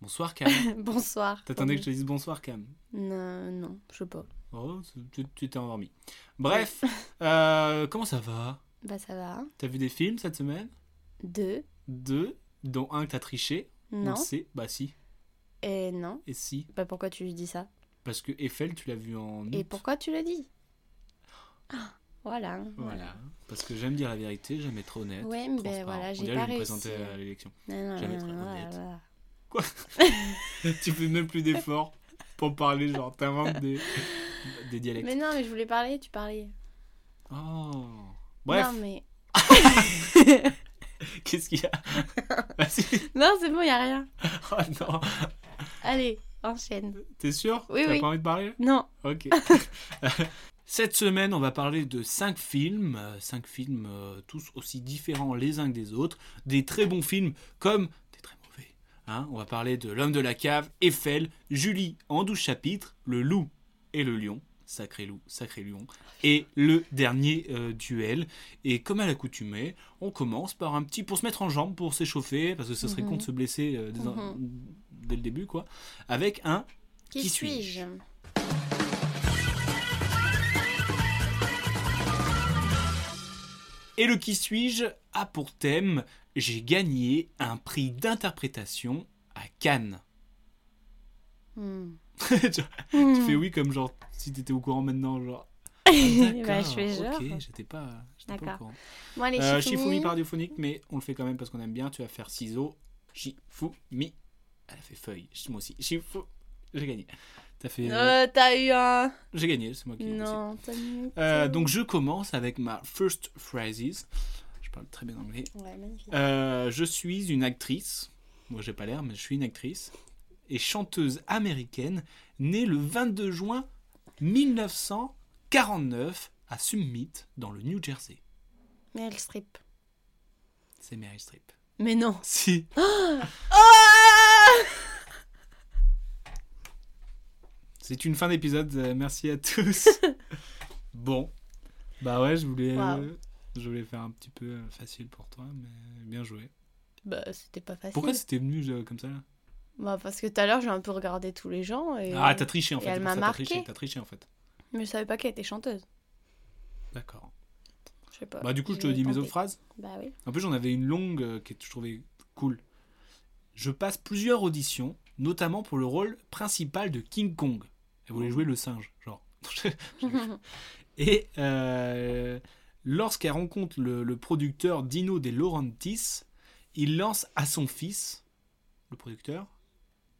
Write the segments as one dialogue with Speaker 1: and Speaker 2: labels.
Speaker 1: Bonsoir Cam.
Speaker 2: bonsoir.
Speaker 1: T'attendais que je te dise bonsoir Cam
Speaker 2: Non, non, je sais pas.
Speaker 1: Oh, tu- tu t'es endormi. Bref, euh, comment ça va
Speaker 2: Bah ça va.
Speaker 1: T'as vu des films cette semaine
Speaker 2: Deux.
Speaker 1: Deux, dont un que t'as triché. On
Speaker 2: Non.
Speaker 1: le sait, bah si.
Speaker 2: Et non.
Speaker 1: Et si.
Speaker 2: Bah pourquoi tu lui dis ça
Speaker 1: Parce que Eiffel, tu l'as vu en.
Speaker 2: Et
Speaker 1: août.
Speaker 2: pourquoi tu le dis Ah, Voilà.
Speaker 1: Voilà. Parce que j'aime dire la vérité, j'aime être honnête.
Speaker 2: Ouais, mais ben
Speaker 1: transparent.
Speaker 2: voilà, j'ai
Speaker 1: On dirait
Speaker 2: pas
Speaker 1: que je me
Speaker 2: réussi.
Speaker 1: présentais à l'élection.
Speaker 2: Non, non,
Speaker 1: J'aime
Speaker 2: non,
Speaker 1: être
Speaker 2: non,
Speaker 1: honnête.
Speaker 2: voilà.
Speaker 1: Quoi Tu fais même plus d'efforts pour parler, genre t'inventes des, des dialectes.
Speaker 2: Mais non, mais je voulais parler, tu parlais.
Speaker 1: Oh. Bref,
Speaker 2: Non, mais...
Speaker 1: qu'est-ce qu'il y a Vas-y.
Speaker 2: non c'est bon, y a rien.
Speaker 1: Oh non.
Speaker 2: Allez, enchaîne.
Speaker 1: T'es sûr
Speaker 2: Oui,
Speaker 1: T'as
Speaker 2: oui.
Speaker 1: pas envie de parler
Speaker 2: Non.
Speaker 1: Ok. Cette semaine, on va parler de cinq films, euh, cinq films euh, tous aussi différents les uns que des autres, des très bons films comme des très mauvais. hein. on va parler de L'homme de la cave, Eiffel, Julie en 12 chapitres, Le loup et le lion, sacré loup, sacré lion, et le dernier euh, duel. Et comme à l'accoutumée, on commence par un petit pour se mettre en jambe, pour s'échauffer, parce que ce serait
Speaker 2: Mhm.
Speaker 1: con de se blesser euh, dès,
Speaker 2: Mhm.
Speaker 1: dès le début, quoi, avec un
Speaker 2: Qui,
Speaker 1: Qui
Speaker 2: suis-je
Speaker 1: Et le qui suis-je a pour thème J'ai gagné un prix d'interprétation à Cannes.
Speaker 2: Hmm.
Speaker 1: tu vois, tu
Speaker 2: Hmm.
Speaker 1: fais oui comme genre si t'étais au courant maintenant genre.
Speaker 2: Bah, je fais genre.
Speaker 1: D'accord, Ok, j'étais pas, j'étais pas au
Speaker 2: D'accord.
Speaker 1: courant.
Speaker 2: Bon, allez,
Speaker 1: Euh,
Speaker 2: Shifumi.
Speaker 1: Shifumi cardiophonique, mais on le fait quand même parce qu'on aime bien. Tu vas faire ciseaux. Shifumi. Elle a fait feuille. Sh- Moi aussi. Shifumi. J'ai gagné. T'as fait. euh,
Speaker 2: Euh, t'as eu un...
Speaker 1: J'ai gagné, c'est moi qui ai décidé.
Speaker 2: Non, t'as mis...
Speaker 1: Euh, donc je commence avec ma first phrases. Je parle très bien anglais.
Speaker 2: Ouais, magnifique.
Speaker 1: Euh, je suis une actrice. Moi, j'ai pas l'air, mais je suis une actrice. Et chanteuse américaine, née le 22 juin 1949 à Summit, dans le New Jersey.
Speaker 2: Mais elle strip.
Speaker 1: C'est Meryl Streep.
Speaker 2: Mais non.
Speaker 1: Si. Ah C'est une fin d'épisode. euh, merci à tous. bon. Bah ouais, je voulais,
Speaker 2: Waouh.
Speaker 1: je voulais faire un petit peu euh, facile pour toi, mais bien joué.
Speaker 2: Bah, c'était pas facile.
Speaker 1: Pourquoi c'était venu euh, comme ça là
Speaker 2: Bah, parce que tout à l'heure, j'ai un peu regardé tous les gens et...
Speaker 1: Ah, t'as triché en
Speaker 2: et
Speaker 1: fait.
Speaker 2: elle
Speaker 1: c'est pour
Speaker 2: m'a
Speaker 1: ça, T'as
Speaker 2: marqué.
Speaker 1: triché, t'as triché en fait.
Speaker 2: Mais je savais pas qu'elle était chanteuse.
Speaker 1: D'accord.
Speaker 2: Je sais pas.
Speaker 1: Bah du coup, je te
Speaker 2: J'ai
Speaker 1: dis mes
Speaker 2: tenté.
Speaker 1: autres phrases.
Speaker 2: Bah oui.
Speaker 1: En plus, j'en avais une longue euh, que je trouvais cool. Je passe plusieurs auditions, notamment pour le rôle principal de King Kong. Elle voulait jouer le singe, genre. Et euh, lorsqu'elle rencontre le, le producteur Dino De Laurentiis, il lance à son fils, le producteur,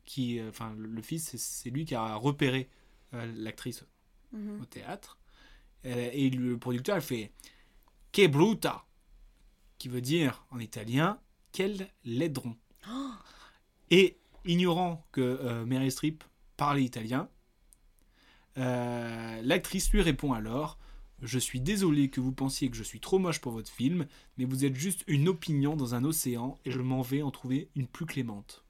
Speaker 1: qui, euh, enfin, le- le fils, c'est- c'est lui qui a repéré euh, l'actrice
Speaker 2: Mhm.
Speaker 1: au théâtre. Euh, Et le producteur, il fait Che bruta qui veut dire en italien Quel laidron. Et ignorant que euh, Meryl Streep parlait italien, euh, l'actrice lui répond alors Je suis désolé que vous pensiez que je suis trop moche pour votre film, mais vous êtes juste une opinion dans un océan et je m'en vais en trouver une plus clémente.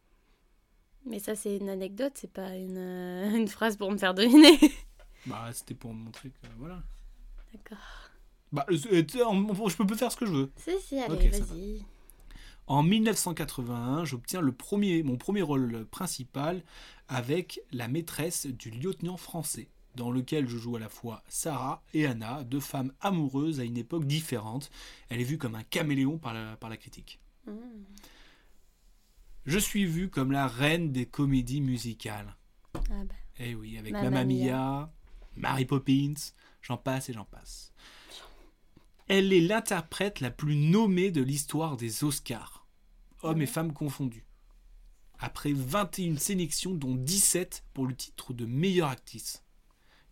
Speaker 2: Mais ça, c'est une anecdote, c'est pas une, euh, une phrase pour me faire deviner.
Speaker 1: Bah, c'était pour montrer que voilà.
Speaker 2: D'accord.
Speaker 1: Bah, euh, je peux faire ce que je veux.
Speaker 2: Si, si, allez,
Speaker 1: Ok, ça va.
Speaker 2: vas-y.
Speaker 1: En 1981, j'obtiens le premier, mon premier rôle principal avec La maîtresse du lieutenant français, dans lequel je joue à la fois Sarah et Anna, deux femmes amoureuses à une époque différente. Elle est vue comme un caméléon par la, par la critique.
Speaker 2: Mm.
Speaker 1: Je suis vue comme la reine des comédies musicales.
Speaker 2: Ah bah,
Speaker 1: Eh oui, avec
Speaker 2: Mamma
Speaker 1: Mamma Mia, Mary Poppins, j'en passe et j'en passe. Elle est l'interprète la plus nommée de l'histoire des Oscars, hommes et femmes confondus. Après 21 sélections, dont 17 pour le titre de meilleure actrice.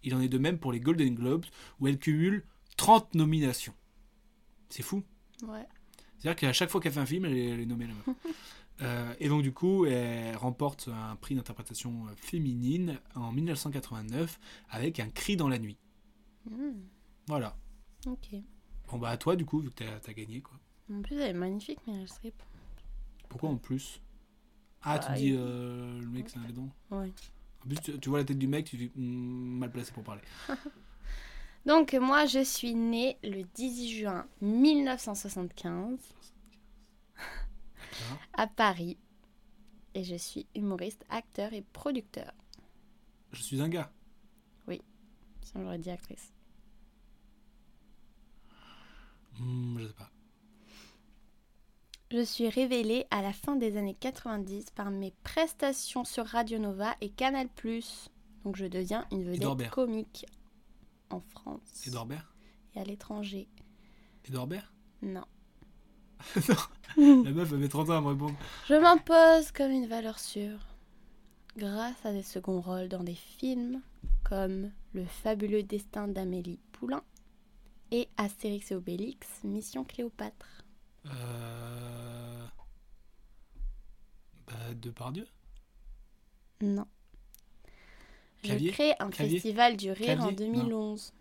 Speaker 1: Il en est de même pour les Golden Globes, où elle cumule 30 nominations. C'est fou.
Speaker 2: ouais.
Speaker 1: C'est-à-dire qu'à chaque fois qu'elle fait un film, elle est, elle est nommée là-bas. Euh, et donc du coup, elle remporte un prix d'interprétation euh, féminine en 1989 avec Un cri dans la nuit.
Speaker 2: Mmh,
Speaker 1: Voilà.
Speaker 2: ok.
Speaker 1: Bon bah à toi du coup, vu que t'as as gagné quoi.
Speaker 2: En plus, elle est magnifique, Meryl Streep.
Speaker 1: Pourquoi en plus Ah, tu
Speaker 2: Bah,
Speaker 1: dis
Speaker 2: il-
Speaker 1: euh, le mec c'est un aidant.
Speaker 2: Ouais.
Speaker 1: En plus, tu, tu vois la tête du mec, tu dis Hmm, mal placé pour parler.
Speaker 2: Donc, moi, je suis née le 18 juin 1975
Speaker 1: D'accord.
Speaker 2: à Paris. Et je suis humoriste, acteur et producteur.
Speaker 1: Je suis un gars.
Speaker 2: Sinon, j'aurais dit actrice.
Speaker 1: Hmm, je sais pas.
Speaker 2: Je suis révélée à la fin des années 90 par mes prestations sur Radio Nova et Canal+. Donc, je deviens une
Speaker 1: Edouard
Speaker 2: vedette
Speaker 1: Baird.
Speaker 2: comique en France
Speaker 1: Edouard Baird
Speaker 2: et à l'étranger.
Speaker 1: Edouard Baird
Speaker 2: Non.
Speaker 1: Non. La meuf elle met 30 ans à me répondre.
Speaker 2: Je m'impose comme une valeur sûre grâce à des seconds rôles dans des films comme Le fabuleux destin d'Amélie Poulain et Astérix et Obélix, Mission Cléopâtre.
Speaker 1: Euh... Bah Depardieu
Speaker 2: Non.
Speaker 1: Clavier
Speaker 2: Je crée un
Speaker 1: Clavier
Speaker 2: festival du rire en
Speaker 1: Clavier Non.
Speaker 2: 2011.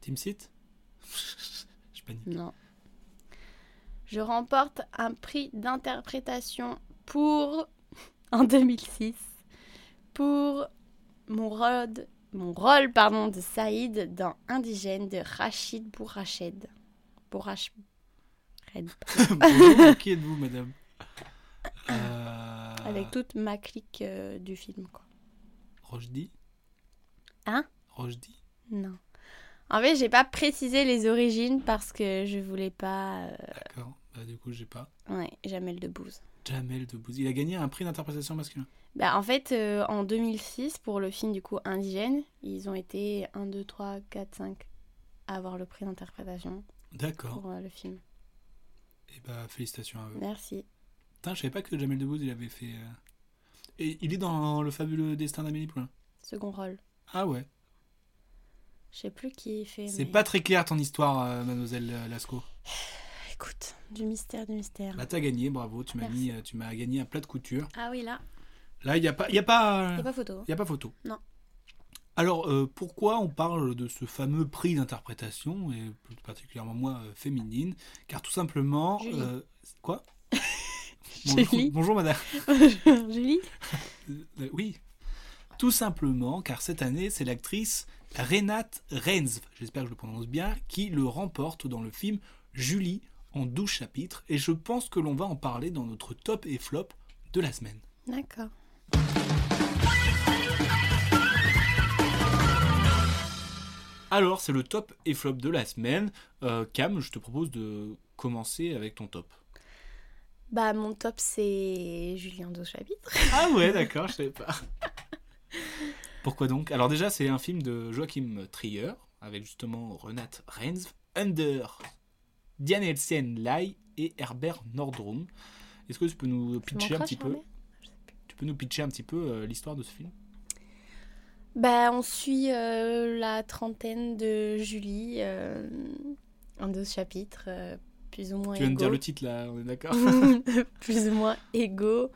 Speaker 1: Team Sit Je panique.
Speaker 2: Non. Je remporte un prix d'interprétation pour en 2006 pour mon rôle, mon rôle pardon, de Saïd dans Indigène de Rachid Bourached. Bourach... Red,
Speaker 1: Bonjour, qui êtes-vous madame euh...
Speaker 2: Avec toute ma clique euh, du film quoi.
Speaker 1: Rochdi
Speaker 2: Hein
Speaker 1: Rochdi
Speaker 2: Non. En fait, j'ai pas précisé les origines parce que je voulais pas euh,
Speaker 1: D'accord. Bah du coup j'ai pas.
Speaker 2: ouais, Jamel Debbouze.
Speaker 1: Jamel Debbouze. Il a gagné un prix d'interprétation masculin.
Speaker 2: Bah, en fait, euh, en 2006, pour le film du coup Indigène, ils ont été 1, 2, 3, 4, 5 à avoir le prix d'interprétation
Speaker 1: D'accord.
Speaker 2: pour euh, le film.
Speaker 1: Et bah félicitations à eux.
Speaker 2: Merci.
Speaker 1: Putain, je savais pas que Jamel Debbouze il avait fait. euh, Et il est dans le fabuleux destin d'Amélie Poulain.
Speaker 2: Second rôle.
Speaker 1: Ah ouais.
Speaker 2: Je sais plus qui fait.
Speaker 1: C'est
Speaker 2: mais-
Speaker 1: pas très clair ton histoire, euh, mademoiselle euh, Lascaux.
Speaker 2: Écoute, du mystère, du mystère.
Speaker 1: Bah t'as gagné, bravo. Tu m'as
Speaker 2: Merci.
Speaker 1: mis, euh, tu m'as gagné un plat de couture.
Speaker 2: Ah oui, là,
Speaker 1: Là il y a pas, il y a pas,
Speaker 2: il
Speaker 1: euh,
Speaker 2: a pas photo. hein.
Speaker 1: y a pas photo.
Speaker 2: Non.
Speaker 1: Alors euh, pourquoi on parle de ce fameux prix d'interprétation et plus particulièrement moi euh, féminine, car tout simplement.
Speaker 2: Julie.
Speaker 1: euh, c'est- quoi
Speaker 2: Julie.
Speaker 1: bonjour, bonjour madame.
Speaker 2: Julie
Speaker 1: Euh, oui. Tout simplement, car cette année, c'est l'actrice Renate Renzv, j'espère que je le prononce bien, qui le remporte dans le film Julie en 12 chapitres. Et je pense que l'on va en parler dans notre top et flop de la semaine.
Speaker 2: D'accord.
Speaker 1: Alors, c'est le top et flop de la semaine. Euh, Cam, je te propose de commencer avec ton top.
Speaker 2: Bah, mon top, c'est Julien Dauchapitre.
Speaker 1: Ah ouais, d'accord, je savais pas. Pourquoi donc Alors déjà, c'est un film de Joachim Trier, avec justement Renate Reinsve, Under, Diane Elsen Lai et Herbert Nordrum. Est-ce que tu peux nous pitcher un petit peu Tu peux nous pitcher un petit peu euh, l'histoire de ce film
Speaker 2: Bah, on suit euh, la trentaine de Julie euh, en 12 chapitres, euh, plus ou moins
Speaker 1: Tu viens de dire
Speaker 2: égaux.
Speaker 1: le titre là, on est d'accord
Speaker 2: plus ou moins égaux.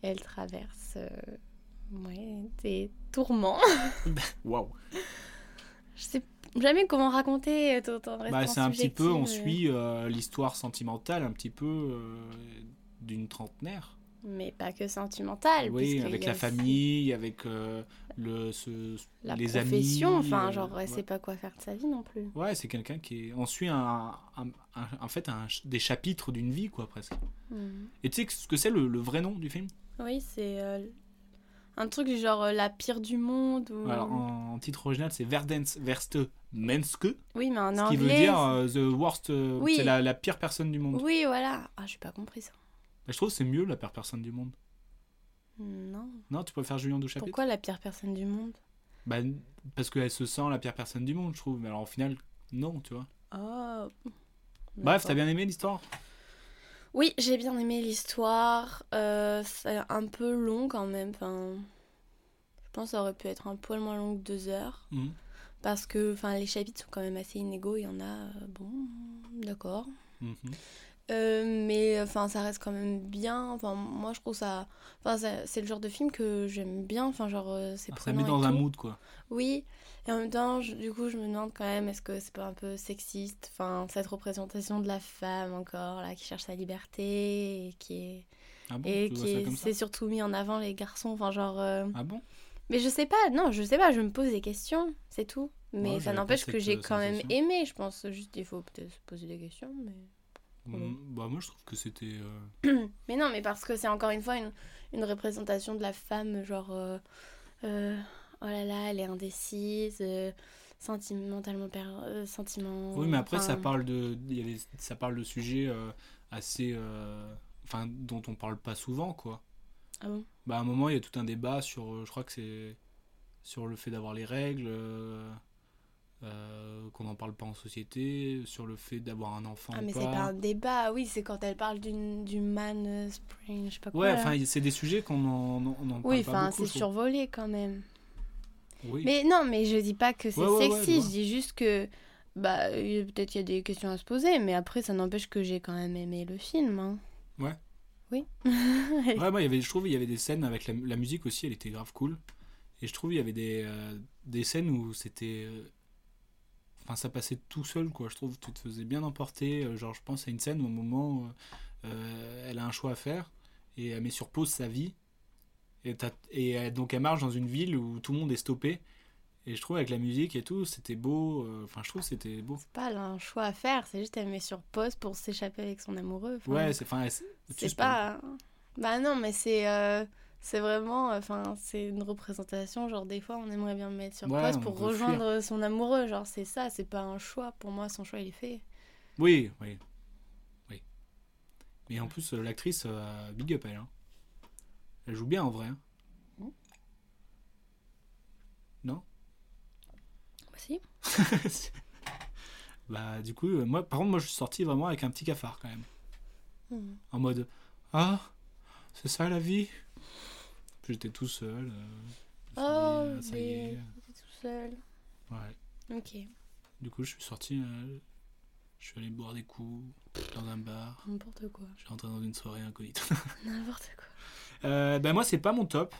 Speaker 2: Elle traverse euh, ouais, des tourments.
Speaker 1: Waouh.
Speaker 2: Je sais jamais comment raconter euh, ton, ton
Speaker 1: Bah,
Speaker 2: réponse
Speaker 1: c'est un petit peu, on
Speaker 2: subjective,
Speaker 1: suit euh, l'histoire sentimentale un petit peu euh, d'une trentenaire.
Speaker 2: Mais pas que sentimentale.
Speaker 1: oui,
Speaker 2: puisqu'il
Speaker 1: avec
Speaker 2: y a
Speaker 1: la
Speaker 2: aussi
Speaker 1: famille, avec euh, le, ce-
Speaker 2: La
Speaker 1: les amis.
Speaker 2: profession,
Speaker 1: euh,
Speaker 2: enfin, genre, elle
Speaker 1: ouais.
Speaker 2: sait pas quoi faire de sa vie non plus.
Speaker 1: Ouais, c'est quelqu'un qui est. On suit un, un- un- en fait un ch- des chapitres d'une vie, quoi, presque.
Speaker 2: Mhm.
Speaker 1: Et tu sais que- ce que c'est le, le vrai nom du film
Speaker 2: Oui, c'est euh, un truc du genre euh, la pire du monde. Ou...
Speaker 1: Alors, en, en titre original, c'est Verdens Verste Menske,
Speaker 2: Oui, mais en
Speaker 1: ce
Speaker 2: anglais.
Speaker 1: qui veut dire euh, The Worst. euh,
Speaker 2: Oui.
Speaker 1: C'est la, la pire personne du monde.
Speaker 2: Oui, voilà. Ah, j'ai pas compris ça.
Speaker 1: Mais je trouve que c'est mieux la pire personne du monde.
Speaker 2: Non.
Speaker 1: Non, tu préfères Julien Duchapitre
Speaker 2: Pourquoi la pire personne du monde
Speaker 1: bah, Parce qu'elle se sent la pire personne du monde, je trouve. Mais alors, au final, non, tu vois.
Speaker 2: Oh.
Speaker 1: Bref, t'as bien aimé l'histoire
Speaker 2: Oui, j'ai bien aimé l'histoire. Euh, c'est un peu long quand même. Enfin, je pense que ça aurait pu être un poil moins long que deux heures.
Speaker 1: Mhm.
Speaker 2: Parce que enfin, les chapitres sont quand même assez inégaux. Il y en a, euh, bon, d'accord.
Speaker 1: Mhm.
Speaker 2: Euh, mais enfin, ça reste quand même bien. Enfin, moi, je trouve ça. Enfin, ça- c'est le genre de film que j'aime bien. Enfin, genre, euh, c'est
Speaker 1: Ah, Ça
Speaker 2: prenant
Speaker 1: met
Speaker 2: et
Speaker 1: dans un
Speaker 2: tout.
Speaker 1: mood, quoi.
Speaker 2: Oui, et en même temps, je- du coup, je me demande quand même, est-ce que c'est pas un peu sexiste, enfin, cette représentation de la femme encore, là, qui cherche sa liberté, et qui est...
Speaker 1: Ah bon
Speaker 2: et
Speaker 1: Tu vois
Speaker 2: qui
Speaker 1: ça
Speaker 2: est-
Speaker 1: comme ça
Speaker 2: c'est surtout mis en avant les garçons, enfin, genre... euh,
Speaker 1: Ah bon
Speaker 2: Mais je sais pas, non, je sais pas, je me pose des questions, c'est tout. Mais
Speaker 1: Ouais,
Speaker 2: ça
Speaker 1: j'avais pas
Speaker 2: n'empêche que
Speaker 1: cette,
Speaker 2: j'ai
Speaker 1: euh,
Speaker 2: quand même
Speaker 1: sensation.
Speaker 2: aimé, je pense, juste il faut peut-être se poser des questions, mais... Pardon.
Speaker 1: Mm, Bah moi je trouve que c'était... euh,
Speaker 2: Mais non, mais parce que c'est encore une fois une, une représentation de la femme, genre, euh, euh, oh là là, elle est indécise, euh, sentimentalement per... euh, sentiment.
Speaker 1: Oui mais après ça
Speaker 2: enfin,
Speaker 1: parle de... il y a des- Ça parle de sujets euh, assez... euh, Enfin dont on parle pas souvent quoi.
Speaker 2: Ah bon
Speaker 1: Bah à un moment il y a tout un débat sur... euh, Je crois que c'est sur le fait d'avoir les règles, euh, euh, qu'on n'en parle pas en société, sur le fait d'avoir un enfant.
Speaker 2: Ah,
Speaker 1: ou
Speaker 2: mais c'est pas un débat, oui, c'est quand elle parle d'une, du man euh, spring, je sais pas quoi.
Speaker 1: Ouais,
Speaker 2: là.
Speaker 1: enfin, c'est des sujets qu'on en, on en on en parle
Speaker 2: hein. oui,
Speaker 1: pas
Speaker 2: enfin,
Speaker 1: beaucoup.
Speaker 2: c'est
Speaker 1: je trouve.
Speaker 2: survolé quand même.
Speaker 1: Oui.
Speaker 2: Mais non, mais je dis pas que c'est
Speaker 1: Ouais, ouais, ouais,
Speaker 2: sexy,
Speaker 1: je vois.
Speaker 2: je dis juste que. Bah, euh, peut-être qu'il y a des questions à se poser, mais après, ça n'empêche que j'ai quand même aimé le film. hein.
Speaker 1: Ouais.
Speaker 2: Oui.
Speaker 1: Ouais, moi, il y avait, je trouve, il y avait des scènes avec la, la musique aussi, elle était grave cool. Et je trouve, il y avait des, euh, des scènes où c'était. euh, Enfin, ça passait tout seul, quoi. Je trouve, tu te faisais bien emporter. Euh, Genre, je pense à une scène où, au moment, euh, euh, elle a un choix à faire et elle met sur pause sa vie. Et, t'as- et elle- donc, elle marche dans une ville où tout le monde est stoppé. Et je trouve, avec la musique et tout, c'était beau. Euh, Enfin, je trouve, que c'était beau.
Speaker 2: C'est pas là, un choix à faire, c'est juste elle met sur pause pour s'échapper avec son amoureux. Enfin,
Speaker 1: Ouais, c'est. Enfin, elle- tu
Speaker 2: c'est
Speaker 1: spoil.
Speaker 2: pas. Bah non, mais c'est. euh, C'est vraiment, enfin, c'est une représentation. Genre, des fois, on aimerait bien mettre sur
Speaker 1: Ouais,
Speaker 2: pause
Speaker 1: on
Speaker 2: pour
Speaker 1: veut fuir.
Speaker 2: rejoindre son amoureux. Genre, c'est ça, c'est pas un choix. Pour moi, son choix, il est fait.
Speaker 1: Oui, oui. Oui. Mais en plus, euh, l'actrice, euh, big up elle. hein. Elle joue bien en vrai. hein.
Speaker 2: Aussi.
Speaker 1: bah, du coup, euh, moi, par contre, moi, je suis sorti vraiment avec un petit cafard quand même.
Speaker 2: Mhm.
Speaker 1: En mode Ah, c'est ça la vie Puis J'étais tout seul. euh, je me suis dit, Ah, ça
Speaker 2: Oh,
Speaker 1: y est.
Speaker 2: Tout seul.
Speaker 1: Ouais.
Speaker 2: Ok.
Speaker 1: Du coup, je suis sorti. euh, je suis allé boire des coups dans un bar.
Speaker 2: N'importe quoi.
Speaker 1: J'ai rentré dans une soirée incognite.
Speaker 2: N'importe quoi.
Speaker 1: Euh, ben moi, c'est pas mon top.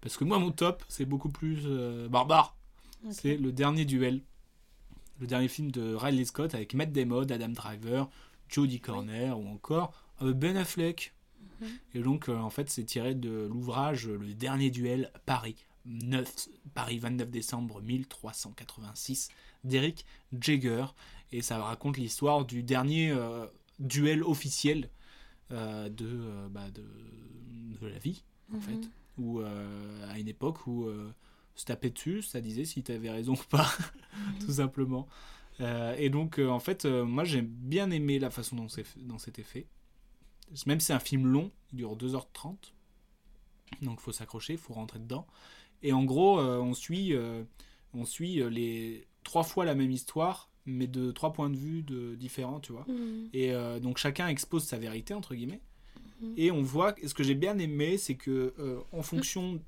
Speaker 1: Parce que moi, mon top, c'est beaucoup plus euh, barbare.
Speaker 2: Ok.
Speaker 1: C'est le dernier duel. Le dernier film de Ridley Scott avec Matt Damon, Adam Driver, Jodie Corner ou encore euh, Ben Affleck. Et donc, euh, en fait, c'est tiré de l'ouvrage euh, Le dernier duel Paris. 9, Paris 29 décembre 1386 d'Eric Jagger et ça raconte l'histoire du dernier euh, duel officiel euh, de, euh, bah, de, de la vie en fait
Speaker 2: Mhm.
Speaker 1: où euh, à une époque où euh, se taper dessus, ça disait si t'avais raison ou pas, tout simplement. Euh, et donc, euh, en fait, euh, moi, j'ai bien aimé la façon dont c'est dont c'était fait. Même si c'est un film long, il dure 2h30, donc faut s'accrocher, faut rentrer dedans. Et en gros, euh, on suit, euh, on suit euh, les trois fois la même histoire, mais de trois points de vue de, différents, tu vois.
Speaker 2: Mhm.
Speaker 1: Et euh, donc chacun expose sa vérité entre guillemets.
Speaker 2: Mhm.
Speaker 1: Et on voit, ce que j'ai bien aimé, c'est que euh, en fonction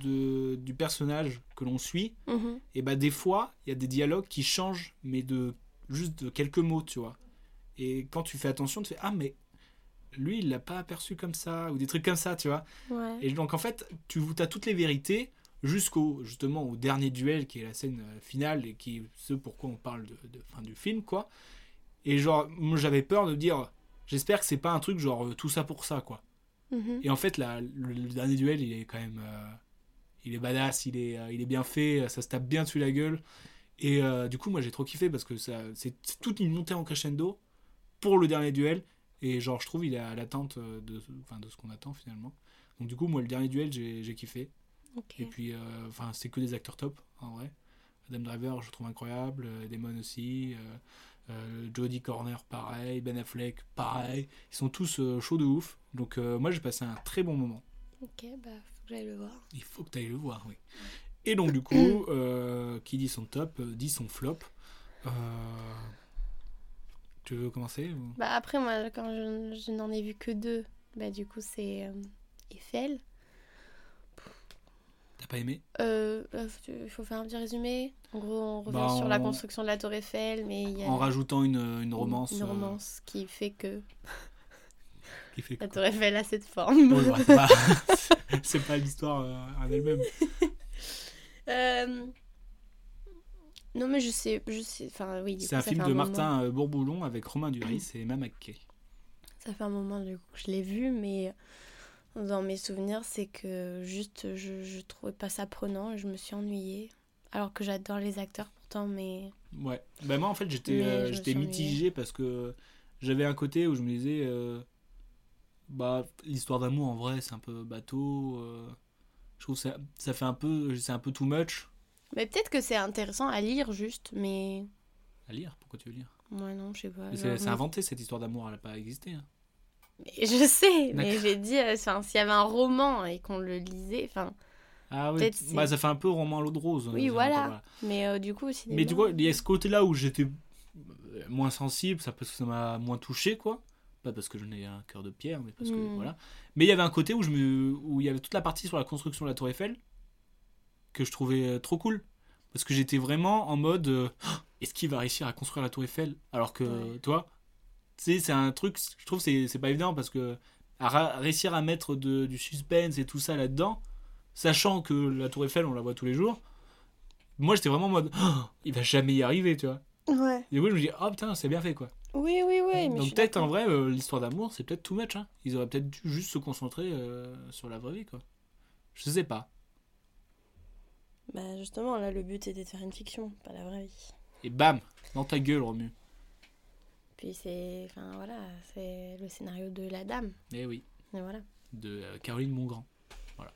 Speaker 1: de, du personnage que l'on suit,
Speaker 2: Mhm.
Speaker 1: et bah des fois il y a des dialogues qui changent, mais de juste de quelques mots, tu vois. Et quand tu fais attention, tu fais ah mais lui il l'a pas aperçu comme ça ou des trucs comme ça, tu vois.
Speaker 2: Ouais.
Speaker 1: Et donc en fait, tu as toutes les vérités jusqu'au justement au dernier duel qui est la scène euh, finale et qui est ce pourquoi on parle de, de- fin du film quoi. Et genre moi, j'avais peur de dire j'espère que c'est pas un truc genre euh, tout ça pour ça quoi.
Speaker 2: Mhm.
Speaker 1: Et en fait la- le, le dernier duel il est quand même euh, il est badass, il est euh, il est bien fait, ça se tape bien dessus la gueule. Et euh, du coup moi j'ai trop kiffé parce que ça c'est c'est toute une montée en crescendo pour le dernier duel et genre je trouve il est à l'attente euh, de enfin de ce qu'on attend finalement. Donc du coup moi le dernier duel j'ai j'ai kiffé.
Speaker 2: Ok.
Speaker 1: Et puis, euh, enfin, c'est que des acteurs top, en vrai. Adam Driver, je le trouve incroyable. euh, Damon aussi. euh, euh, Jodie Corner, pareil. Ben Affleck, pareil. Ils sont tous euh, chauds de ouf. Donc, euh, moi, j'ai passé un très bon moment.
Speaker 2: Ok, bah, faut que j'aille le voir.
Speaker 1: Il faut que tu ailles le voir, oui. Et donc, du coup, euh, qui dit son top, euh, dit son flop. Euh, Tu veux commencer ou-
Speaker 2: Bah, après, moi, quand je, je n'en ai vu que deux, bah, du coup, c'est euh, Eiffel.
Speaker 1: T'as pas aimé
Speaker 2: Euh, euh, Il faut faire un petit résumé. En gros, on revient
Speaker 1: Bah,
Speaker 2: sur la
Speaker 1: on-
Speaker 2: construction de la Tour Eiffel, mais il y a
Speaker 1: En rajoutant une, une romance.
Speaker 2: une
Speaker 1: euh,
Speaker 2: romance qui fait que
Speaker 1: qui fait
Speaker 2: la
Speaker 1: quoi
Speaker 2: Tour Eiffel a cette forme.
Speaker 1: Oui, bah, c'est pas- c'est pas l'histoire euh, en elle-même.
Speaker 2: Euh, Non, mais je sais, je sais. Enfin, oui. du
Speaker 1: C'est
Speaker 2: coup,
Speaker 1: un
Speaker 2: ça
Speaker 1: film
Speaker 2: fait
Speaker 1: de
Speaker 2: moment-
Speaker 1: Martin euh, Bourboulon avec Romain Duris et Emma McKay.
Speaker 2: Ça fait un moment du coup que je l'ai vu, mais dans mes souvenirs, c'est que juste je, je trouvais pas ça prenant et je me suis ennuyée. Alors que j'adore les acteurs pourtant, mais
Speaker 1: Ouais. Ben moi, en fait, j'étais
Speaker 2: Mais
Speaker 1: euh,
Speaker 2: je me
Speaker 1: j'étais
Speaker 2: suis
Speaker 1: mitigé parce que j'avais un côté où je me disais, euh, bah, l'histoire d'amour, en vrai, c'est un peu bateau. euh, je trouve que ça, ça fait un peu, c'est un peu too much
Speaker 2: mais peut-être que c'est intéressant à lire juste, mais
Speaker 1: à lire. Pourquoi tu veux lire
Speaker 2: moi Euh, non, je sais pas.
Speaker 1: Mais
Speaker 2: genre,
Speaker 1: C'est c'est
Speaker 2: mais-
Speaker 1: inventé, cette histoire d'amour, elle n'a pas existé. hein.
Speaker 2: mais Je sais, mais
Speaker 1: D'accord.
Speaker 2: j'ai dit, euh, enfin, s'il y avait un roman et qu'on le lisait, enfin,
Speaker 1: Ah oui,
Speaker 2: Peut-être c'est-
Speaker 1: bah, ça fait un peu roman l'eau de rose. euh,
Speaker 2: Oui,
Speaker 1: ça,
Speaker 2: voilà. mais euh, du coup au cinéma.
Speaker 1: Mais tu vois, il y a ce côté-là où j'étais euh, moins sensible, ça parce que ça m'a moins touché, quoi. Pas parce que je n'ai un cœur de pierre, mais parce que
Speaker 2: Mm.
Speaker 1: voilà. Mais il y avait un côté où je me, où il y avait toute la partie sur la construction de la Tour Eiffel que je trouvais euh, trop cool, parce que j'étais vraiment en mode, euh, Ah, est-ce qu'il va réussir à construire la Tour Eiffel Alors que,
Speaker 2: Ouais.
Speaker 1: toi, tu sais, c'est un truc, je trouve, que c'est c'est pas évident parce que à ra- réussir à mettre de- du suspense et tout ça là-dedans, sachant que la Tour Eiffel, on la voit tous les jours. Moi, j'étais vraiment en mode, Ah, il va jamais y arriver, tu vois.
Speaker 2: Ouais.
Speaker 1: Du coup, je me dis, oh putain, c'est bien fait quoi.
Speaker 2: Oui, oui, oui. mais je suis
Speaker 1: Donc, peut-être en
Speaker 2: d'accord.
Speaker 1: vrai, euh, l'histoire d'amour, c'est peut-être too much. Hein. Ils auraient peut-être dû juste se concentrer euh, sur la vraie vie quoi. Je sais pas.
Speaker 2: Bah justement, là, le but c'était de faire une fiction, pas la vraie vie.
Speaker 1: Et bam, dans ta gueule, Romu.
Speaker 2: Puis c'est, enfin voilà, c'est le scénario de la dame.
Speaker 1: Eh oui,
Speaker 2: Et voilà.
Speaker 1: de euh, Caroline Mongrand. Voilà.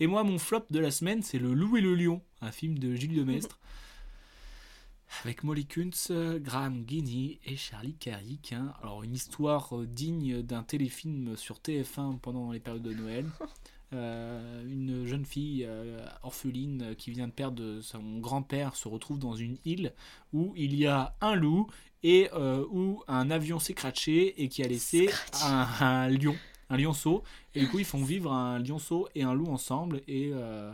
Speaker 1: Et moi, mon flop de la semaine, c'est Le Loup et le Lion, un film de Gilles Demestre. Avec Molly Kuntz, euh, Graham Guiney et Charlie Carrick. hein. Alors, une histoire euh, digne d'un téléfilm sur TF1 pendant les périodes de Noël. Euh, une jeune fille euh, orpheline euh, qui vient de perdre son grand-père se retrouve dans une île où il y a un loup et euh, où un avion s'est craché et qui a laissé un, un lion, un lionceau. Et du coup, ils font vivre un lionceau et un loup ensemble et, euh,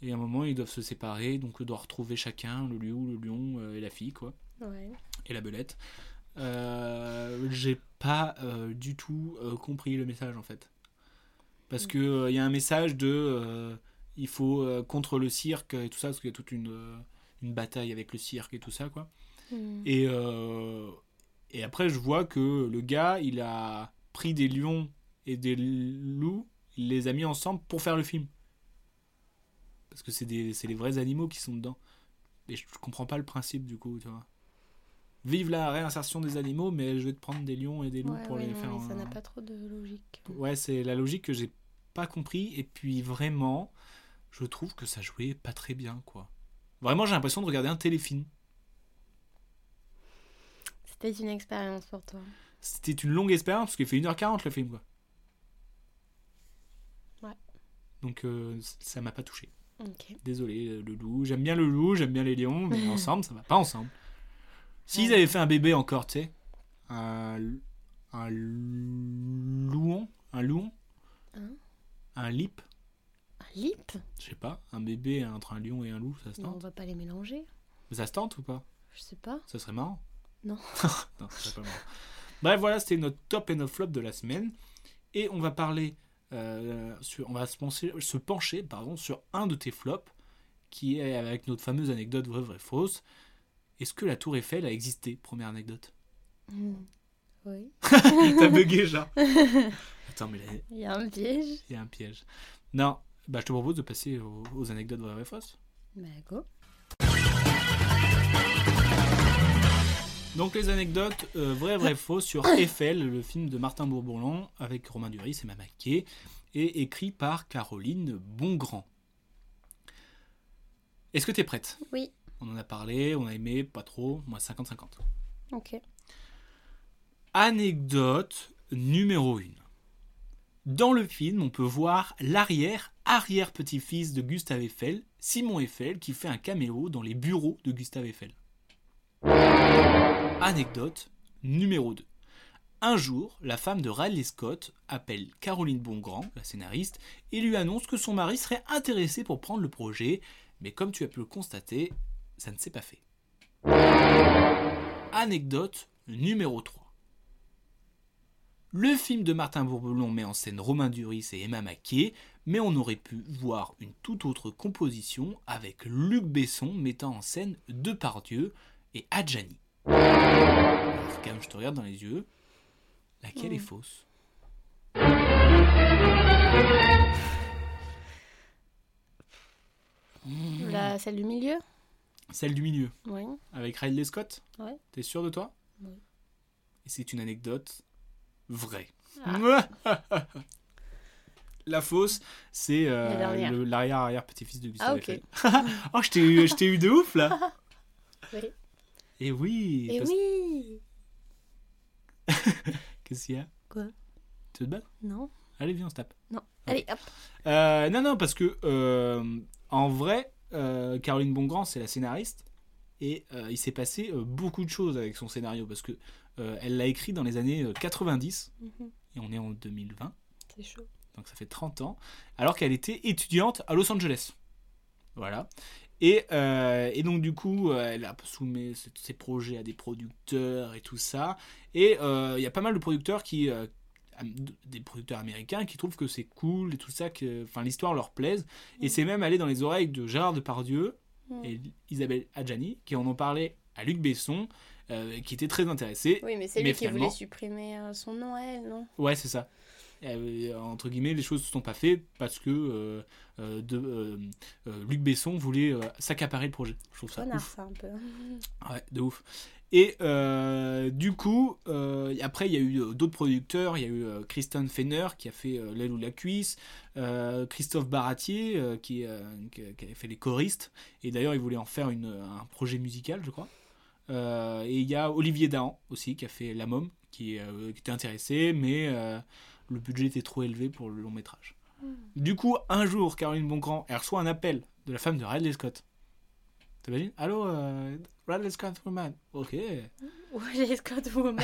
Speaker 1: et à un moment, ils doivent se séparer. Donc, ils doivent retrouver chacun le loup, le lion euh, et la fille, quoi
Speaker 2: Ouais.
Speaker 1: et la belette. Euh, j'ai pas euh, du tout euh, compris le message en fait. Parce que euh, il y a un message de euh, il faut euh, contre le cirque et tout ça, parce qu'il y a toute une, euh, une bataille avec le cirque et tout ça quoi.
Speaker 2: Hmm.
Speaker 1: Et, euh, et après, je vois que le gars, il a pris des lions et des loups, il les a mis ensemble pour faire le film. Parce que c'est des- c'est les vrais animaux qui sont dedans. Et je comprends pas le principe du coup, tu vois. Vive la réinsertion des animaux, mais je vais te prendre des lions et des loups
Speaker 2: Ouais,
Speaker 1: pour
Speaker 2: ouais,
Speaker 1: les
Speaker 2: non,
Speaker 1: faire.
Speaker 2: mais Ça
Speaker 1: en-
Speaker 2: n'a pas trop de logique.
Speaker 1: Ouais, c'est la logique que j'ai pas compris. Et puis vraiment, je trouve que ça jouait pas très bien, quoi. Vraiment, j'ai l'impression de regarder un téléfilm.
Speaker 2: C'était une expérience pour toi.
Speaker 1: C'était une longue expérience parce qu'il fait 1h40 le film quoi.
Speaker 2: Ouais.
Speaker 1: Donc euh, c- ça m'a pas touché.
Speaker 2: Ok.
Speaker 1: Désolé euh, le loup, j'aime bien le loup, j'aime bien les lions, mais ensemble ça va pas ensemble. S'ils avaient fait un bébé encore, tu sais, un l- un louon, un louon,
Speaker 2: Hein
Speaker 1: un lip,
Speaker 2: Un lip
Speaker 1: je sais pas, un bébé entre un lion et un loup, ça se
Speaker 2: Non, on
Speaker 1: tente.
Speaker 2: va pas les mélanger.
Speaker 1: Mais Ça se tente ou pas
Speaker 2: Je sais pas.
Speaker 1: Ça serait marrant.
Speaker 2: Non.
Speaker 1: non, ça serait pas marrant. Bref, voilà, c'était notre top et notre flop de la semaine. Et on va parler, euh, sur, on va se pencher, se pencher pardon, sur un de tes flops, qui est avec notre fameuse anecdote vraie, vraie, fausse. Est-ce que la tour Eiffel a existé Première anecdote.
Speaker 2: Hmm. Oui.
Speaker 1: T'as bugué, genre. Attends, mais là,
Speaker 2: Il y a un piège.
Speaker 1: il y a un piège. Non, bah, je te propose de passer aux, aux anecdotes vraies, vraies, fausses.
Speaker 2: Bah go.
Speaker 1: Donc les anecdotes euh, vrai vrai faux sur Eiffel, le film de Martin Bourboulon avec Romain Duris et Mamaké et écrit par Caroline Bongrand. Est-ce que t'es prête
Speaker 2: Oui.
Speaker 1: On en a parlé, on a aimé, pas trop, moi 50-50.
Speaker 2: Ok.
Speaker 1: Anecdote numéro 1. Dans le film, on peut voir l'arrière-arrière-petit-fils de Gustave Eiffel, Simon Eiffel, qui fait un caméo dans les bureaux de Gustave Eiffel. Anecdote numéro 2. Un jour, la femme de Riley Scott appelle Caroline Bongrand, la scénariste, et lui annonce que son mari serait intéressé pour prendre le projet, mais comme tu as pu le constater, ça ne s'est pas fait. Anecdote numéro 3. Le film de Martin Bourbelon met en scène Romain Duris et Emma Maquet, mais on aurait pu voir une toute autre composition avec Luc Besson mettant en scène Depardieu et Adjani. Alors, Cam, je te regarde dans les yeux. Laquelle est fausse Hmm.
Speaker 2: La, celle du milieu
Speaker 1: Celle du milieu,
Speaker 2: Oui.
Speaker 1: avec Riley Scott
Speaker 2: Ouais.
Speaker 1: T'es sûr de toi
Speaker 2: Oui.
Speaker 1: Et c'est une anecdote vraie.
Speaker 2: Ah.
Speaker 1: La fausse, c'est euh,
Speaker 2: La dernière.
Speaker 1: le- l'arrière-arrière-petit-fils de Gustave
Speaker 2: Ah, ok.
Speaker 1: Eiffel. oh, je t'ai eu, je t'ai eu de ouf là
Speaker 2: Oui.
Speaker 1: Et oui
Speaker 2: Et
Speaker 1: parce-
Speaker 2: Eh oui
Speaker 1: Qu'est-ce qu'il y a
Speaker 2: Quoi
Speaker 1: Tu veux te battre
Speaker 2: Non
Speaker 1: Allez, viens, on se tape. Ah.
Speaker 2: Allez, hop
Speaker 1: Euh, non, non, parce que euh, en vrai, euh, Caroline Bongrand, c'est la scénariste. Et euh, il s'est passé euh, beaucoup de choses avec son scénario parce que euh, elle l'a écrit dans les années euh, 90
Speaker 2: Mhm,
Speaker 1: et on est en 2020,
Speaker 2: C'est chaud.
Speaker 1: donc ça fait 30 ans, alors qu'elle était étudiante à Los Angeles. Voilà. Et, euh, et donc du coup, euh, elle a soumis ses, ses projets à des producteurs et tout ça. Et euh, il y a pas mal de producteurs qui, euh, am- des producteurs américains, qui trouvent que c'est cool et tout ça, que, enfin l'histoire leur plaise. Et
Speaker 2: Mhm.
Speaker 1: c'est même allé dans les oreilles de Gérard Depardieu
Speaker 2: Mhm.
Speaker 1: et Isabelle Adjani, qui en ont parlé à Luc Besson, euh, qui était très intéressé.
Speaker 2: Oui, mais c'est
Speaker 1: Mais
Speaker 2: lui qui
Speaker 1: finalement-
Speaker 2: voulait supprimer euh, son nom à elle, non
Speaker 1: Ouais, c'est ça. Euh, entre guillemets, les choses ne se sont pas faites parce que euh, euh, de, euh, euh, Luc Besson voulait euh, s'accaparer le projet. Je trouve ça
Speaker 2: Connard,
Speaker 1: ouf.
Speaker 2: ça, un peu.
Speaker 1: Ouais, de ouf. Et euh, du coup, euh, après, il y a eu euh, d'autres producteurs. Il y a eu euh, Kristen Fenner qui a fait euh, L'aile ou la cuisse, euh, Christophe Baratier euh, qui, euh, qui a- qui a fait les choristes. Et d'ailleurs, il voulait en faire une, euh, un projet musical, je crois. Euh, et il y a Olivier Dahan aussi qui a fait La Mom, qui, euh, qui était intéressé, mais euh, le budget était trop élevé pour le long métrage. Du coup, un jour, Caroline Bongrand, elle reçoit un appel de la femme de Ridley Scott. T'imagines Allô, euh, Ridley Scott Woman. Ok.
Speaker 2: Riley Scott Woman.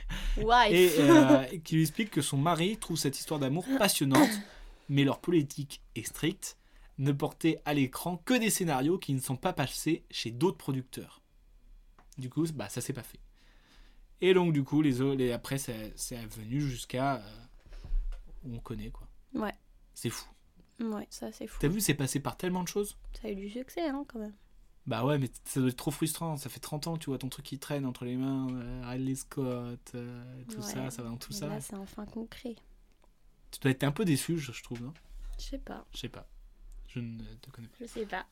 Speaker 2: Wife.
Speaker 1: Et euh, et qui lui explique que son mari trouve cette histoire d'amour passionnante, mais leur politique est stricte, ne porter à l'écran que des scénarios qui ne sont pas passés chez d'autres producteurs. Du coup, bah, ça s'est pas fait. Et donc, du coup, les, autres- les après, c'est c'est venu jusqu'à. euh, où on connaît, quoi.
Speaker 2: Ouais.
Speaker 1: C'est fou.
Speaker 2: Ouais, ça, c'est fou.
Speaker 1: T'as vu, c'est passé par tellement de choses
Speaker 2: Ça a eu du succès, hein, quand même.
Speaker 1: Bah ouais, mais ça doit être trop frustrant. Ça fait 30 ans, tu vois, ton truc qui traîne entre les mains, euh, Ridley Scott, euh, tout
Speaker 2: Ouais.
Speaker 1: ça, ça va dans tout
Speaker 2: Mais
Speaker 1: ça.
Speaker 2: Là, c'est enfin concret.
Speaker 1: Tu dois être un peu déçu, je, je trouve. hein.
Speaker 2: Je sais pas.
Speaker 1: Je sais pas. Je ne te connais pas.
Speaker 2: Je sais pas.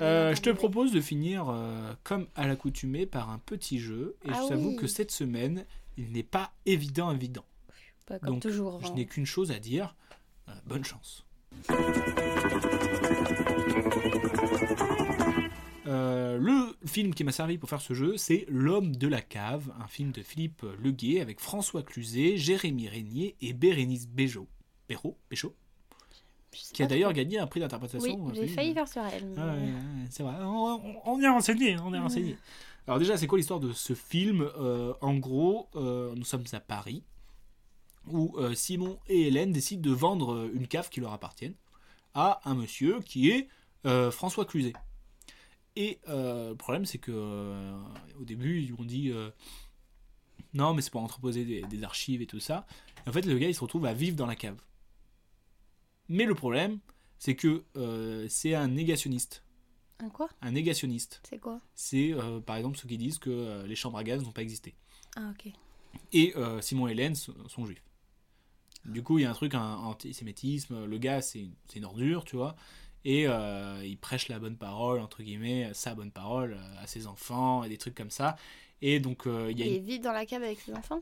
Speaker 1: Euh, je te propose de finir, euh, comme à l'accoutumée, par un petit jeu. Et
Speaker 2: Ah
Speaker 1: je t'avoue
Speaker 2: oui.
Speaker 1: que cette semaine, il n'est pas évident, évident.
Speaker 2: Pas comme
Speaker 1: Donc,
Speaker 2: toujours.
Speaker 1: Je
Speaker 2: hein.
Speaker 1: n'ai qu'une chose à dire. Euh, bonne chance. Euh, le film qui m'a servi pour faire ce jeu, c'est L'homme de la cave, un film de Philippe Leguet avec François Cluzet, Jérémy Régnier et Bérénice Béjot. Béraud Béchot,
Speaker 2: Je sais
Speaker 1: qui a
Speaker 2: pas
Speaker 1: d'ailleurs
Speaker 2: trop.
Speaker 1: gagné un prix d'interprétation.
Speaker 2: Ah, Oui,
Speaker 1: euh,
Speaker 2: j'ai
Speaker 1: film.
Speaker 2: failli faire sur elle. mais-
Speaker 1: Ah ouais, ouais, ouais, c'est vrai. On, on- on est renseigné, on est renseigné. Alors déjà, c'est quoi l'histoire de ce film Euh, En gros, euh, nous sommes à Paris où euh, Simon et Hélène décident de vendre euh, une cave qui leur appartienne à un monsieur qui est euh, François Cluzet. Et euh, le problème, c'est que euh, au début, ils ont dit euh, non, mais c'est pour entreposer des, des archives et tout ça. Et en fait, le gars, il se retrouve à vivre dans la cave. Mais le problème, c'est que euh, c'est un négationniste.
Speaker 2: Un quoi
Speaker 1: Un négationniste,
Speaker 2: C'est quoi
Speaker 1: c'est euh, par exemple ceux qui disent que euh, les chambres à gaz n'ont pas existé.
Speaker 2: Ah, ok.
Speaker 1: Et euh, Simon et Hélène sont sont juifs. Du coup, il y a un truc, un antisémitisme. Le gars, c'est une, c'est une ordure, tu vois. Et euh, il prêche la bonne parole, entre guillemets, sa bonne parole euh, à ses enfants et des trucs comme ça. Et donc, euh, il y a une-
Speaker 2: Et il vit dans la cave avec ses enfants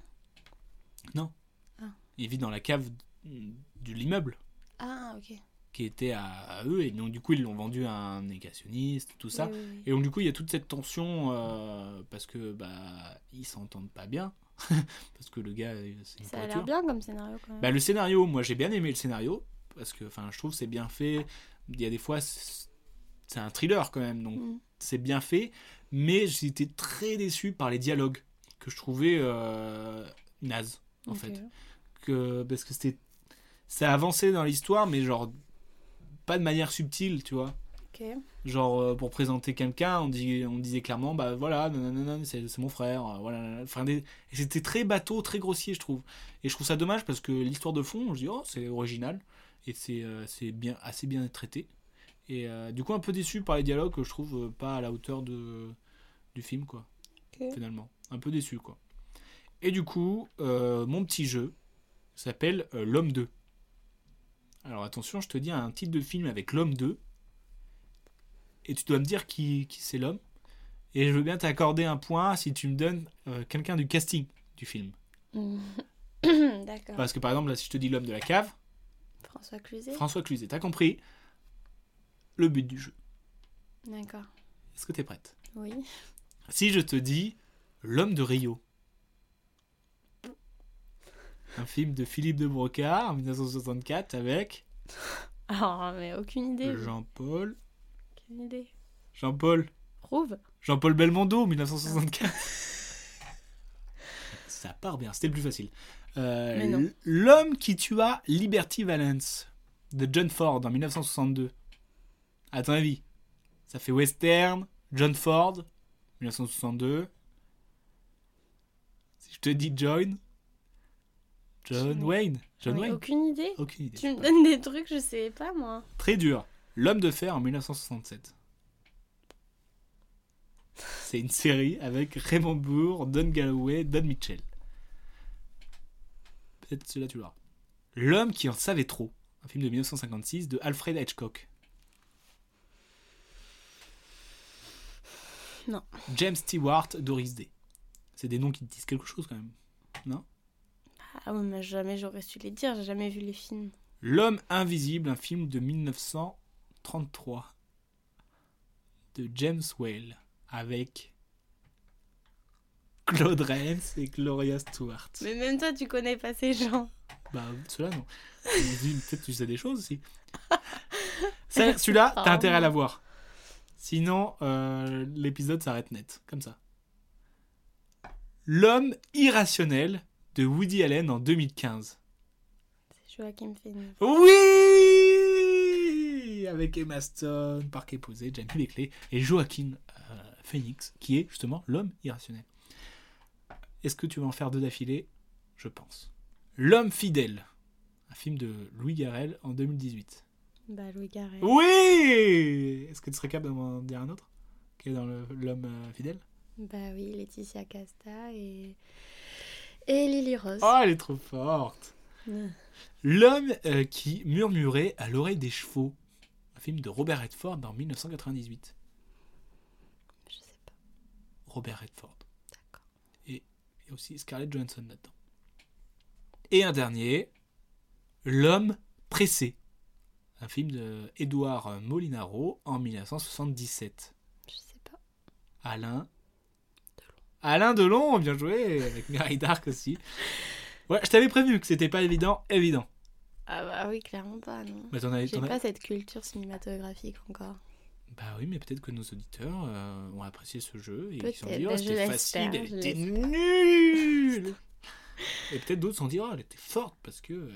Speaker 1: il vit dans la cave de l'immeuble
Speaker 2: Ah, ok.
Speaker 1: qui était à, à eux. Et donc, du coup, ils l'ont vendu à un négationniste, tout ça.
Speaker 2: Oui, oui, oui.
Speaker 1: Et donc du coup, il y a toute cette tension euh, parce que bah ils s'entendent pas bien parce que le gars euh, c'est une
Speaker 2: Ça a l'air
Speaker 1: pourriture.
Speaker 2: bien comme scénario quand même.
Speaker 1: Bah, le scénario, moi j'ai bien aimé le scénario parce que enfin je trouve que c'est bien fait. Il y a des fois c'est c'est un thriller quand même donc
Speaker 2: Mm.
Speaker 1: c'est bien fait, mais j'étais très déçu par les dialogues que je trouvais euh, nazes. en
Speaker 2: Ok.
Speaker 1: fait. Que, parce que c'était. Ça avançait dans l'histoire, mais genre. Pas de manière subtile, tu vois.
Speaker 2: Ok.
Speaker 1: Genre, euh, pour présenter quelqu'un, on, dit, on disait clairement, bah voilà, nanana, c'est c'est mon frère, euh, voilà. nanana. Enfin, des- et c'était très bateau, très grossier, je trouve. Et je trouve ça dommage parce que l'histoire de fond, je dis, oh, c'est original, et c'est euh, c'est bien, assez bien traité. Et euh, du coup, un peu déçu par les dialogues que je trouve euh, pas à la hauteur de, du film, quoi.
Speaker 2: Ok.
Speaker 1: Finalement, un peu déçu, quoi. Et du coup, euh, mon petit jeu s'appelle euh, L'homme 2. Alors attention, je te dis un titre de film avec L'homme 2 et tu dois me dire qui, qui c'est l'homme. Et je veux bien t'accorder un point si tu me donnes euh, quelqu'un du casting du film.
Speaker 2: Mm. D'accord.
Speaker 1: Parce que par exemple, là, si je te dis l'homme de la cave,
Speaker 2: François Cluzet.
Speaker 1: François Cluzet, t'as compris le but du jeu.
Speaker 2: D'accord.
Speaker 1: Est-ce que t'es prête
Speaker 2: Oui.
Speaker 1: Si je te dis l'homme de Rio, un film de Philippe de Brocard en 1964 avec
Speaker 2: Ah, mais aucune idée.
Speaker 1: Jean-Paul.
Speaker 2: Aucune idée.
Speaker 1: Jean-Paul.
Speaker 2: Rouve.
Speaker 1: Jean-Paul Belmondo, 1964. Ça part bien, c'était le plus facile. Euh,
Speaker 2: Mais non.
Speaker 1: l- L'homme qui tua Liberty Valance de John Ford en 1962. À ton avis, ça fait western, John Ford, 1962. Si je te dis John, John
Speaker 2: J'en ai-
Speaker 1: Wayne, John
Speaker 2: J'en ai
Speaker 1: Wayne,
Speaker 2: aucune idée.
Speaker 1: aucune idée.
Speaker 2: Tu me donnes des trucs, je sais pas moi.
Speaker 1: Très dur. L'homme de fer en 1967. C'est une série avec Raymond Bourg, Don Galloway, Don Mitchell. Peut-être celui-là tu l'auras. L'homme qui en savait trop. Un film de 1956 de Alfred Hitchcock.
Speaker 2: Non.
Speaker 1: James Stewart, Doris Day. C'est des noms qui te disent quelque chose quand même.
Speaker 2: Ah oui, mais jamais j'aurais su les dire, j'ai jamais vu les films.
Speaker 1: L'homme invisible, un film de 1933 de James Whale avec Claude Rains et Gloria Stewart.
Speaker 2: Mais même toi, tu connais pas ces gens.
Speaker 1: Bah, cela non. Je me dis, Peut-être tu sais des choses aussi. Ça, Celui-là, t'as
Speaker 2: Pardon.
Speaker 1: intérêt à l'avoir. Sinon, euh, l'épisode s'arrête net, comme ça. L'homme irrationnel de Woody Allen en 2015.
Speaker 2: C'est Joachim Phoenix.
Speaker 1: Oui Avec Emma Stone, Parquet Posé, Jamie Leclé et Joaquin euh, Phoenix, qui est justement l'homme irrationnel. Est-ce que tu vas en faire deux d'affilée Je pense. L'homme fidèle, un film de Louis Garrel en 2018.
Speaker 2: Bah, Louis Garrel.
Speaker 1: Oui Est-ce que tu serais capable d'en dire un autre Qui est dans le- l'homme euh, fidèle
Speaker 2: Bah oui, Laetitia Casta et. Et Lily Rose.
Speaker 1: Oh, elle est trop forte
Speaker 2: Mm.
Speaker 1: L'homme euh, qui murmurait à l'oreille des chevaux, un film de Robert Redford en 1998.
Speaker 2: Je sais pas.
Speaker 1: Robert Redford.
Speaker 2: D'accord.
Speaker 1: Et, et aussi Scarlett Johansson là-dedans. Et un dernier, L'homme pressé, un film de Édouard Molinaro en 1977.
Speaker 2: Je sais pas.
Speaker 1: Alain Alain Delon, bien joué, avec Mireille Darc aussi. Ouais, je t'avais prévenu que c'était pas évident, évident.
Speaker 2: Ah bah oui, clairement pas, non.
Speaker 1: Mais t'en avais-
Speaker 2: J'ai
Speaker 1: t'en
Speaker 2: pas
Speaker 1: avais-
Speaker 2: cette culture cinématographique encore.
Speaker 1: Bah oui, mais peut-être que nos auditeurs euh, ont apprécié ce jeu et ils se sont
Speaker 2: Peut-être,
Speaker 1: dit, oh,
Speaker 2: ben, je
Speaker 1: c'était
Speaker 2: l'espère,
Speaker 1: facile,
Speaker 2: je
Speaker 1: elle était
Speaker 2: l'espère.
Speaker 1: nulle. et peut-être d'autres se sont dit, oh, elle était forte parce que euh,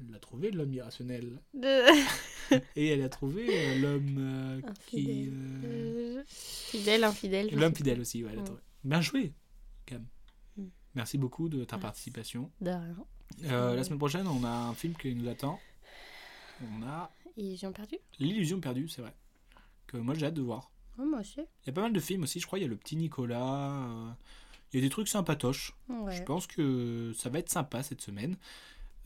Speaker 1: elle a trouvé l'homme irrationnel
Speaker 2: De...
Speaker 1: et elle a trouvé euh, l'homme euh, qui.
Speaker 2: Infidèle.
Speaker 1: euh,
Speaker 2: Euh, Fidèle, infidèle. je
Speaker 1: l'homme
Speaker 2: sais
Speaker 1: fidèle aussi, ouais, elle a
Speaker 2: Mm.
Speaker 1: trouvé. Bien joué, Cam.
Speaker 2: Mm.
Speaker 1: Merci beaucoup de ta
Speaker 2: Merci.
Speaker 1: participation.
Speaker 2: pas. De rien.
Speaker 1: Euh, La
Speaker 2: Mm.
Speaker 1: semaine prochaine, on a un film qui nous attend. On a
Speaker 2: Ils y ont perdu
Speaker 1: L'illusion perdue, c'est vrai. Que moi j'ai hâte de voir.
Speaker 2: Oh, moi aussi.
Speaker 1: Il y a pas mal de films aussi, je crois. Il y a le petit Nicolas. euh, Il y a des trucs sympatoches. Je
Speaker 2: Ouais.
Speaker 1: pense que ça va être sympa cette semaine.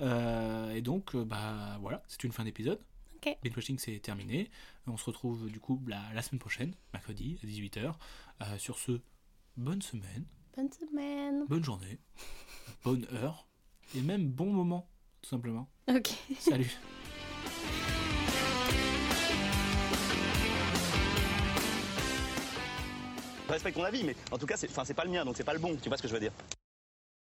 Speaker 1: Euh, et donc, euh, bah voilà, c'est une fin d'épisode.
Speaker 2: Ok.
Speaker 1: Binge Watching, c'est terminé. On se retrouve du coup bah, la, la semaine prochaine, mercredi à 18h. Euh, sur ce, bonne semaine,
Speaker 2: Bonne semaine.
Speaker 1: bonne journée, bonne heure et même bon moment, tout simplement.
Speaker 2: Ok.
Speaker 1: Salut
Speaker 3: Je respecte ton avis, mais en tout cas, c'est enfin, c'est pas le mien, donc c'est pas le bon. Tu vois ce que je veux dire